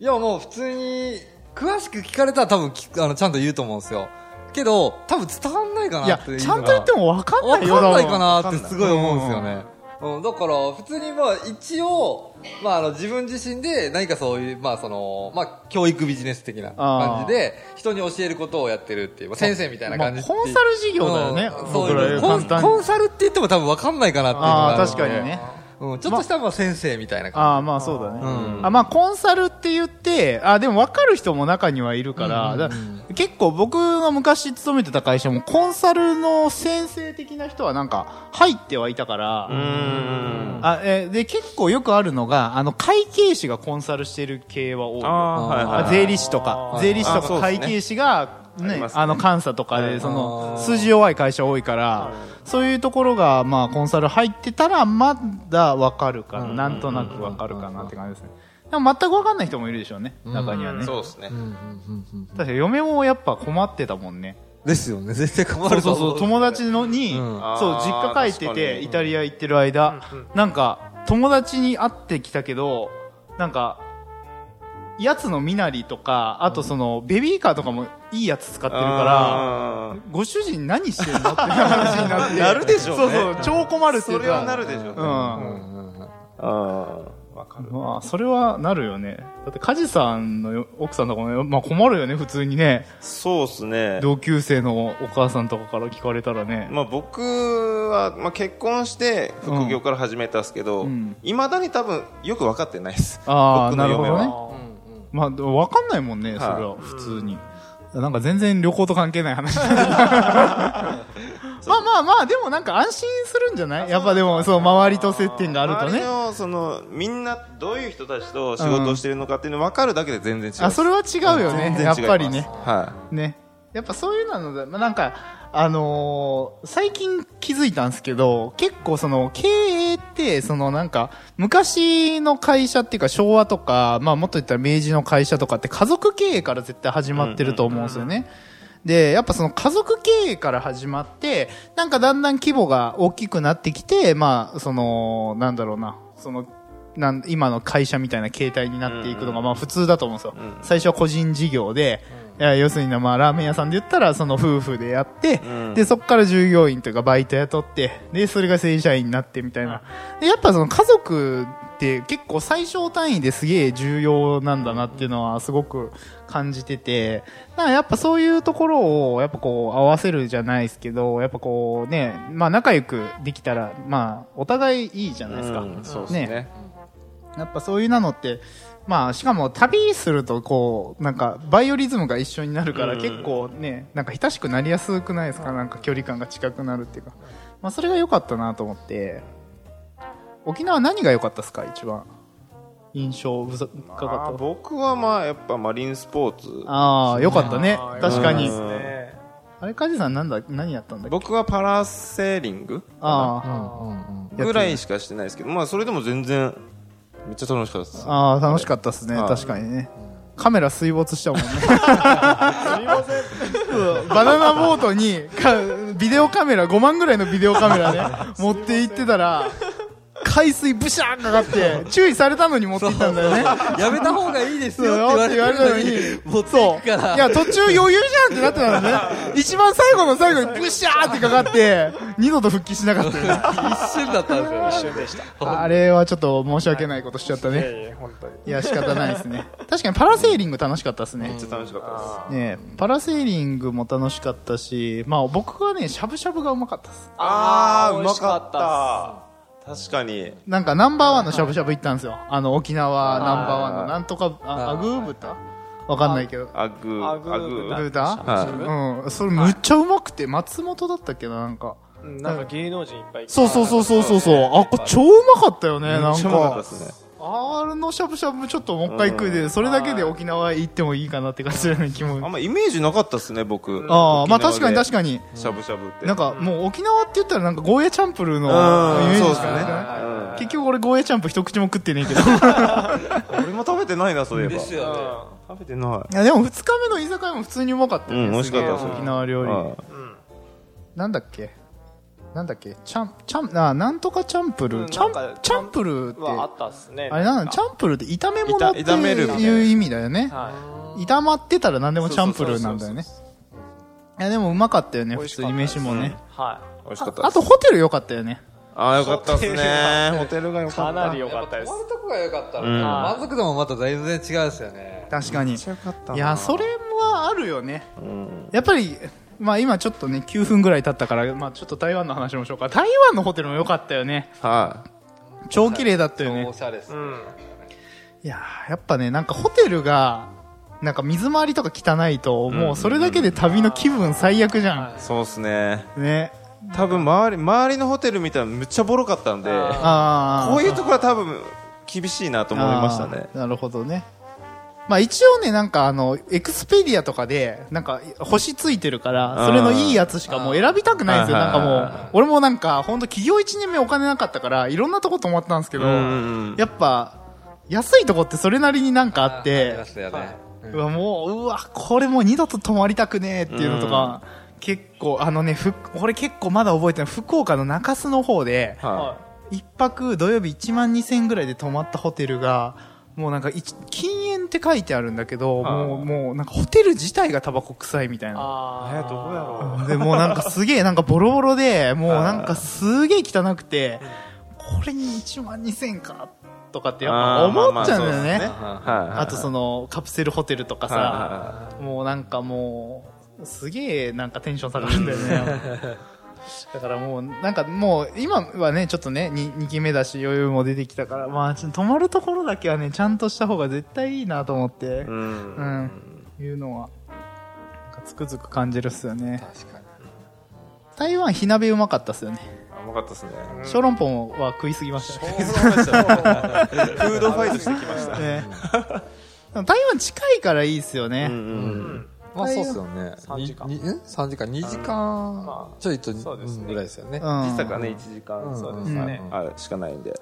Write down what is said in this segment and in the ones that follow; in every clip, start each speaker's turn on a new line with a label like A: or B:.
A: いやもう普通に詳しく聞かれたら多分聞くあのちゃんと言うと思うんですよけど多分伝わんないか
B: い
A: な
B: や
A: ってい、う
B: ち
A: の
B: ゃ
A: が
B: んと言っても分かん
A: わ
B: ないよ
A: かんない
B: だも
A: か
B: ん
A: なってすごい思うんですよね。うん、だから、普通にまあ、一応、まあ、あの、自分自身で何かそういう、まあ、その、まあ、教育ビジネス的な感じで、人に教えることをやってるっていう、まあ、先生みたいな
B: まあ
A: 感じっていう、
B: コンサル事業だよね
A: うん。そう
B: 僕らよ
A: いう
B: り
A: コ
B: 簡
A: ン、
B: 単
A: コ
B: に。
A: ンサルって言っても多分わかんないかなっていうの
B: あ
A: がる
B: あ、
A: んで
B: 確かにね。
A: うん、ちょっとしたまあ先生みたいな感
B: ああ、まあそうだね。
A: うん
B: あまあコンサルって言って、あでも分かる人も中にはいるから、
A: うんうんうん
B: だ結構僕が昔勤めてた会社もコンサルの先生的な人はなんか入ってはいたから、
C: うん。
B: あえーで結構よくあるのが、あの会計士がコンサルしてる系は多いよ。
C: ああー、はいはい
B: あ
C: はい。
B: 税理士とか、
A: あー
B: 税理士と
C: あそ
B: か
C: うで
B: 会
C: すね
B: 計士が
C: あり
B: ね
C: ますね
B: あの監査とか
C: う
B: で
C: ん
B: その
A: あー
B: 数字弱い会社多いからそういうところがまあコンサル入ってたらまだわかるかななんとなくわかるかなって感じですねでも全くわかんない人もいるでしょうね中にはね
C: そうですね。
B: 確かに嫁もやっぱ困ってたもんね
A: ですよね。全然困
B: そう
A: る
B: そ
A: と
B: う
A: 思
B: そう友達のに
A: うん
B: そう
C: あー
B: 実家帰って
C: 確か
B: て
C: に
B: イタリア行ってる間
D: うんうん
B: なんか友達に会ってきたけどなんかやつの身なりとかあとそのベビーカーとかもいいやつ使ってるから
C: あー
B: ご主人何してんのっていう話になって
C: なるでしょうね
B: そうそう超困るってい
C: そう
B: か
C: れはなるでしょうね。
B: う
C: あ
A: う
B: ん
A: んうんうん
C: あー、わかる。
B: まあそれはなるよねだって梶さんのよ奥さんとかもね、まあ、困るよね普通にね
C: そうですね。
B: 同級生のお母さんとかから聞かれたらね
C: まあ僕は、まあ結婚して副業から始めたんですけど
B: うん、
C: いまだに多分よく分かってないです。
B: ああ
C: 僕
B: な
C: の
B: るほ
C: 嫁
B: ど
C: は
B: ねまあ、でもわかんないもんね、それは、普通に。なんか全然旅行と関係ない 話。まあまあまあ、でもなんか安心するんじゃないやっぱでも、そう、周りと接点があると
C: 周り
B: ね。
C: の、その、みんな、どういう人たちと仕事をしてるのかっていうの分かるだけで全然違う。
B: あ、それは違うよ
C: 全
B: ね、
C: 然違い
B: や
C: ま
B: っ
C: す
B: ぱりね。
C: は
B: ね。やっぱそういうので、まあ、なんか、あのー最近気づいたんですけど、結構その経営って、そのなんか、昔の会社っていうか昭和とか、まあもっと言ったら明治の会社とかって家族経営から絶対始まってると思うんですよね。で、やっぱその家族経営から始まって、なんかだんだん規模が大きくなってきて、まあ、その、なんだろうな、その、なん今の会社みたいな形態になっていくのが、まあ普通だと思うんですよ。
C: うん
B: 最初は個人事業で、いや要するにまあラーメン屋さんで言ったらその夫婦でやって、
C: うん
B: でそこから従業員というかバイト雇ってでそれが正社員になってみたいな、でやっぱその家族って結構最小単位ですげえ重要なんだなっていうのはすごく感じててだからやっぱそういうところをやっぱこう合わせるじゃないですけどやっぱこうねまあ仲良くできたらまあお互いいいじゃ
C: い。
B: ないですか、
C: うんそうですね。
B: やっぱそういうなのって、まあ、しかも旅すると、こう、なんか、バイオリズムが一緒になるから、
C: うん
B: 結構ね、なんか、親しくなりやすくないですかなんか、距離感が近くなるっていうか。まあ、それが良かったなと思って。沖縄何が良かったですか一番。印象深か
C: まあ
B: った。
C: 僕はまあやっぱマリンスポーツ
B: ああ、良かったね。確かに
C: う。ん
B: あれ、梶さんなんだ、何やったんだっけ
C: 僕はパラセーリング
B: あやってない
C: ぐらいしかしてないですけどまあそれでも全然めっちゃ楽しかったです
B: あ、ああ、楽しかったですね。
C: はい
B: 確かにね。カメラ水没したもんね。そうバナナボートにかビデオカメラ5万ぐらいのビデオカメラね持って行ってたら海水ブシャーンかかって注意されたのに持って行ったんだよね
A: やめた方がいいです
B: そう
A: よって
B: よって言わ
A: 言わ
B: れた
A: れた
B: の
A: の
B: に
A: に、持っていくか
B: い
A: ら。
B: や途中余裕じゃんってなってたんだね一番最後の最後にブシャーってかかって二度と復帰しなかったよね
A: 一瞬だったんですよ。
D: 一瞬でした。
B: あれはちょっと申し訳ないことしちゃった
D: い
B: ね
D: やいや、本当に。
B: いや仕方ないですね確かにパラセーリング楽しかったですね
C: めっちゃ楽しかったです
D: あー
B: ねパラセーリングも楽しかったしまあ僕はねしゃぶしゃぶがうまかったです
C: あ
D: あー
C: ーうまかった確かに
B: なんかナンバーワンのしゃぶしゃぶ行ったんですよ。あの、沖縄ナンバーワンの、なんとか、あ
A: あ
B: アグー豚わかんないけど。
C: アグー
D: アグー
B: ア
D: あ
B: グー
C: は
B: 豚
C: い
B: うん。それむっちゃうまくて、松本だったっけな、なんか。
D: うんなんか芸能人いっぱいいて
B: そうそうそうそうそう。そうあ、これ超うまかったよね、な
C: め
B: ん
C: っちゃうまか
B: か
C: ったで。すね
B: あれのしゃぶしゃぶちょっともう一回食いで、それだけで沖縄行ってもいいかなって感じだよね、気
C: あん
B: も。
C: まイメージなかったですね僕
B: ああ、まあ確かに確かに。
C: にしゃぶしゃぶって
B: なんかもう沖縄って言ったらなんかゴーヤチャンプルーの
C: う
B: イ
C: ん
B: メー
C: そ
B: ジし
C: うです
B: か
C: ね
B: ない
C: うん
B: 結局俺ゴーヤチャンプ一口も食ってねえけ ど。
C: 俺も食べてないなそういえば
A: ですよね。
C: 食べてない
B: いやでも2日目の居酒屋も普通にうまかったよね、
C: うん美味しかったですす
B: げえ
C: よ
B: 沖縄料理、
C: はい
D: うん
B: なんだっけなんだっけチャンチャンあなんとかチャンプルー、
D: うん
B: チャ
D: なん
B: ン
D: か
B: チャンプルーって
D: はあったっすね。
B: あれなん
D: か
B: だチャンプルーって炒め物って
C: 炒めるみたいな
B: いう意味だよね
D: は
B: 炒まってたら何でもチャンプルーなんだよねいやでもうまかったよね
D: 美
B: 普
D: 味し
B: 通
D: かっ
B: に
D: たです
B: 飯もね
D: い。、は
C: 美味しかった
B: ああとホテル良かったよね
C: ああよかったですねホテルがよ
D: い。
C: か
D: か
C: った
D: なり
C: めっ
D: 良かったです
A: 泊。まるとこが良かったら、
C: うん
A: 満足度もまた全然違うんですよね。
B: 確かに
C: ちゃよかったない
B: やそれはあるよね
C: うん
B: やっぱりまあ今ちょっとね9分ぐらい経ったから、まあ、ちょっと台湾の話もしようか台湾のホテルも良かったよね
C: は
B: 超綺麗だったよね
A: おしゃれです
D: う。ん。
B: いやーやっぱねなんかホテルがなんか水回りとか汚いともうそれだけで旅の気分最悪じゃ
C: いそうっすね
B: んね
C: 多分周り周りのホテル見たらむっちゃボロかったんで
D: あ
B: ああ
C: こういうところは多分厳しいなと思いましたね
B: なるほどねまあ一応ね、なんかあの、エクスペディアとかで、なんか星ついてるから、それのいいやつしかもう選びたくないんですよ。
C: あー
B: なんかも
C: はいはいは
B: う、俺もなんか、ほんと企業1年目お金なかったから、いろんなとこ泊まったんですけど、
C: うん
B: やっぱ、安いとこってそれなりになんかあっ
A: あり
B: て
A: まし、たよね。うん
B: うわ、もう、うわ、これもう二度と泊まりたくねえっていうのとか、結構、あのね、ふ、俺結構まだ覚えてない。福岡の中洲の方で、
C: は
B: 一泊土曜日1万2000円ぐらいで泊まったホテルが、もうなんか一、禁煙って書いてあるんだけど、
C: はい
B: もう、もうなんかホテル自体がタバコ臭いみたいな。
D: あ
C: えどこやろ
B: で、もうなんかすげえなんかボロボロで、もうなんかすげえ汚くて、これに1万2000円か、とかってやっぱ思っちゃうんだよね。
C: あーまあまあそうですねはいはいはい
B: あとそのカプセルホテルとか
C: はいはい
B: さ、
C: はい
B: もうなんかもう、すげえなんかテンション下がるんだよね。 だからもう、なんかもう、今はね、ちょっとね、に2期目だし余裕も出てきたから、まあ、ちょっと泊まるところだけはね、ちゃんとした方が絶対いいなと思って
C: う、ん
B: うん、いうのは、なんかつくづく感じるっすよね。
A: 確かに。
B: 台湾火鍋うまかったっすよね。
C: 甘かったですね。
B: 小籠包は食いすぎましたね。
C: フードファイトしてきまし た。
B: ねでも台湾近いからいいっすよね。
C: うん
A: まあそうっすよね。
D: 三時間
A: ににん三時間、2時間
D: まあ
A: ちょいと
D: そうですね
A: うんぐらいですよね。
B: うん
C: 時差がね、1時間、
A: うん
C: そう
D: ですね
A: うん
C: あれしかないんで。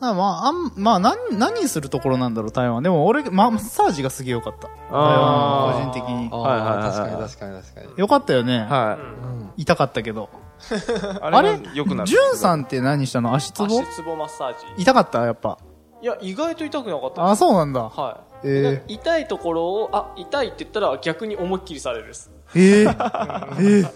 B: まあ、まあ、あんまあ、何、何するところなんだろう、台湾。でも俺、まあ、マッサージがすげえ良かった。台
C: あ
B: 湾、
D: ー
B: 個人的に
A: あ。
C: はいはいはい
A: あ、
C: はい
A: 確かに確かに確かに。
B: 良かったよね。
C: は
A: うん
B: 痛かったけど。
C: い。
B: あ
C: あ
B: れ
C: れ良くなる。
B: ジュンさ
C: ん。
B: んって何したの足つぼ
D: 足つぼマッサージ
B: 痛かったやっぱ。
D: いや意外と痛くなかった
B: あ、そうなんだ。
D: はい、
B: え
D: 痛いところをあ痛いって言ったら逆に思いっきりされるです
B: ー、えー、えー、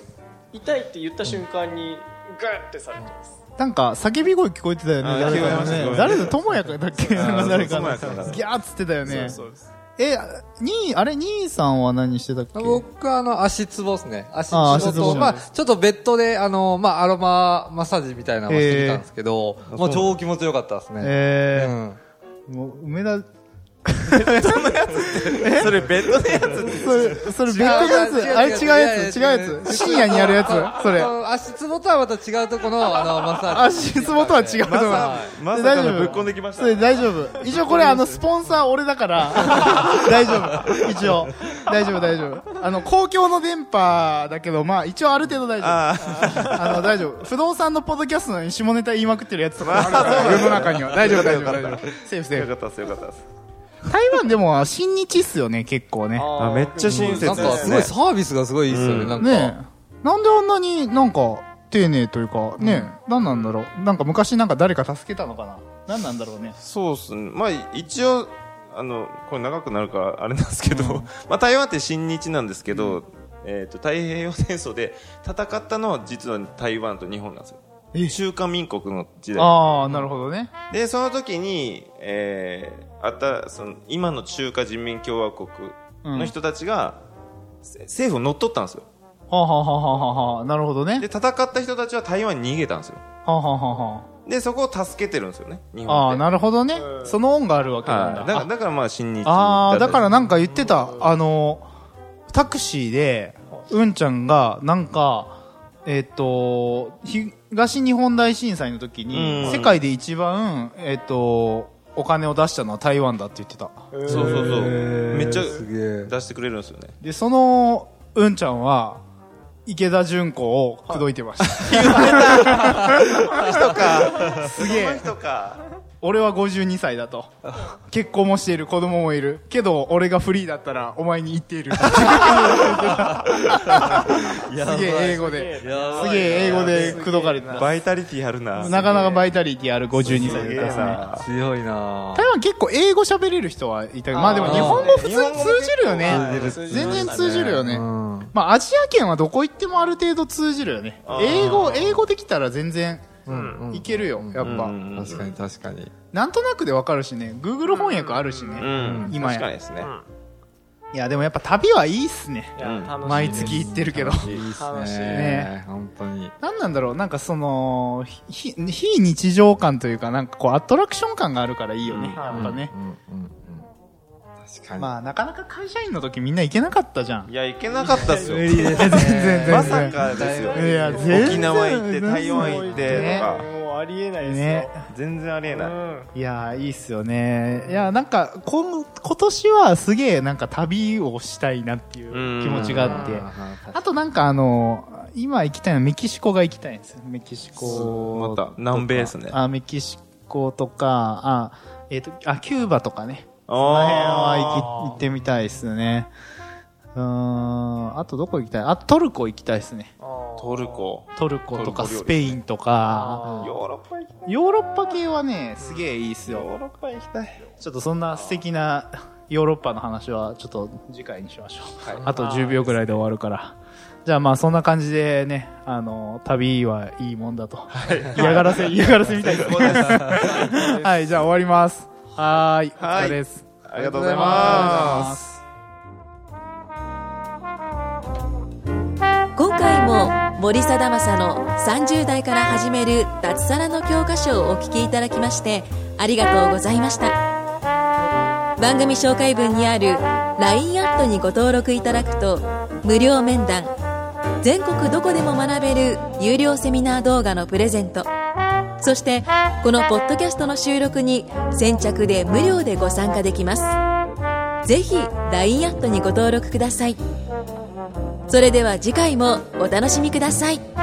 D: 痛いって言った瞬間にグーってされてます
B: なんか、叫び声聞こえてたよ
C: あ
B: ね。
C: ー
B: 誰
C: 聞
B: か
C: こえました聞こえ
B: ね。
C: ました
B: 誰だ、ともやかだっけなんか誰か
C: そう
B: の
C: 智也君だ
B: ギャーっつってたよね。
D: そうです
B: え、に、あれ、兄さんは何してたっけ
A: 僕はあの、足つぼですね。足つ
B: あー
A: ぼ
B: 足つぼ
A: と、まあ、ちょっとベッドで、あの、まあ、アロママッサージみたいなのをしてみたんですけど、
C: ー
A: もう超気持ちよかったですね。
B: え
A: う
B: ー、
A: ん。
B: もう、梅田、
C: それベッドのやつ
B: それ、それ別のや
A: 違う違
B: つ
A: う
B: あれ違うやつ違う
A: 違う
B: や
A: 違う
B: つ深夜にやるやつそれ
A: あ。の足つぼとはまた違うとこの、あの、マッサージ。
B: 足つぼとは違うとこ
A: マッサージ
C: まさかのぶっこんできました
B: そ。れ大丈夫。一応これあの、スポンサー俺だ から、大丈夫。一応。大丈夫、大丈夫。あの、公共の電波だけど、まあ、一応ある程度大丈夫。
C: あ
B: あの、大丈夫。不動産のポッドキャストなのに下ネタ言いまくってるやつとかあるから、世の中には。大丈夫、大丈夫、大丈夫。セーフ、
C: あ、
B: セ
C: よ
B: ー
C: か
B: フ。
C: ったです、よかったです。
B: 台湾でも、新日っすよね、結構ね。
D: あ
C: あ、めっちゃ親切
A: な
C: で
A: んか、
C: す
A: すごい
C: ね。
A: サービスがすごいいいですよね、なんか。
B: ねえ。なんであんなになんか、丁寧というか、ねえ、なんなんだろう。なんか昔なんか誰か助けたのかな。なんなんだろうね。
C: そうっすね。まあ、一応、あの、これ長くなるから、あれなんですけど、 まあ、台湾って親日なんですけど、えっと、太平洋戦争で戦ったのは実は台湾と日本なんですよ。中華民国の時代。
B: ああ、なるほどね。
C: で、その時に、えー、あった、その、今の中華人民共和国の人たちが、せ政府を乗っ取ったんですよ。
B: はあ、はあはあはあはあ、なるほどね
C: で、。戦った人たちは台湾に逃げたんですよ。
B: はあ、はあはあは
C: で、そこを助けてるんですよね、日
B: あ、あ
C: 本
B: あ、
C: って。
B: なるほどね。その恩があるわけなん
C: はい。だ
B: だ。
C: から、だからまあ、親日
B: ああー、だから
C: な、
B: なんか言ってた、あの、タクシーで、うんちゃんが、なんか、えっ、と、東日本大震災の時に、
C: うん
B: 世界で一番、えっ、と、お金を出したのは台湾だって言ってた。
C: そうそうそう。めっちゃ
A: すげえ。
C: 出してくれるんですよね。
B: で、その、うんちゃんは、池田純子を口説いてました。
C: すげえ。その人か。
B: 俺は52歳だと。結婚もしている、子供もいる。けど、俺がフリーだったら、お前に言っている。すげえ英語で。すげえ英語で口説かれてた。
C: バイタリティあるな。
B: なかなかバイタリティある52歳
C: す
B: で
C: げえ
B: すね。
C: な。
A: 強いな
B: 台湾結構英語喋れる人はいたけど、まあでも日本語普通に通じるよね。
D: 通じ
B: 全然通じるよね。
A: うん。
B: まあアジア圏はどこ行ってもある程度通じるよね。英語、英語できたら全然いけるよ、やっぱ。
C: うん
A: 確かに確かに。
B: なんとなくでわかるしね。Google 翻訳あるしね。
C: うん。
B: 今や
C: 確かにですね。
B: いや、でもやっぱ旅はいいっすね。
D: いや楽しいです
B: 毎月行ってるけど。
A: いいっす
D: 楽しい
A: ね。本当に。
B: なんなんだろうなんかその、ひ、ひ非日常感というか、なんかこう、アトラクション感があるからいいよね。
C: うん
B: やっぱね
A: う。んうんうん。確かに。
B: まあ、なかなか会社員の時みんな行けなかったじゃん
C: い。や、いけなかったっすよ。
B: 全然全然。
C: まさかですよ。
B: いや、全然。
C: 沖縄行って、台湾行って、と
B: ね
C: か。
E: もうありえないですよ、
B: ね
C: 全然ありえ
E: う
C: ない、
E: ん、
B: いやーいいっすよねいやーなんか今今年はすげえなんか旅をしたいなっていう気持ちがあって
A: あ
B: あとなんかあのー今行きたいのはメキシコが行きたいんですよメキシコ
C: また南米ですね
B: あメキシコとかあえっ、とあキューバとかね
C: あ
B: この辺
C: あ
B: は行き行ってみたいですねうーんあとどこ行きたいあトルコ行きたいですね
C: トルコ
B: トルコとか
C: トルコ料理
B: スペインとか
C: ヨーロッパ行きたい
B: ヨーロッパ系はねすげえいいっすよ
C: ヨーロッパ行きたい
B: ちょっとそんな素敵な ヨーロッパの話はちょっと次回にしましょう。あと10秒ぐらいで終わるから。じゃあまあそんな感じでね、あの、旅はいいもんだと。嫌がらせ、嫌がらせみたいです。はい、じゃあ終わります。はーい、お疲れです。
C: ありがとうございます
F: 今回も森貞正の30代から始める脱サラの教科書をお聞きいただきましてありがとうございました番組紹介文にある LINE アットにご登録いただくと無料面談全国どこでも学べる有料セミナー動画のプレゼントそしてこのポッドキャストの収録に先着で無料でご参加できますぜひ LINE アットにご登録くださいそれでは次回もお楽しみください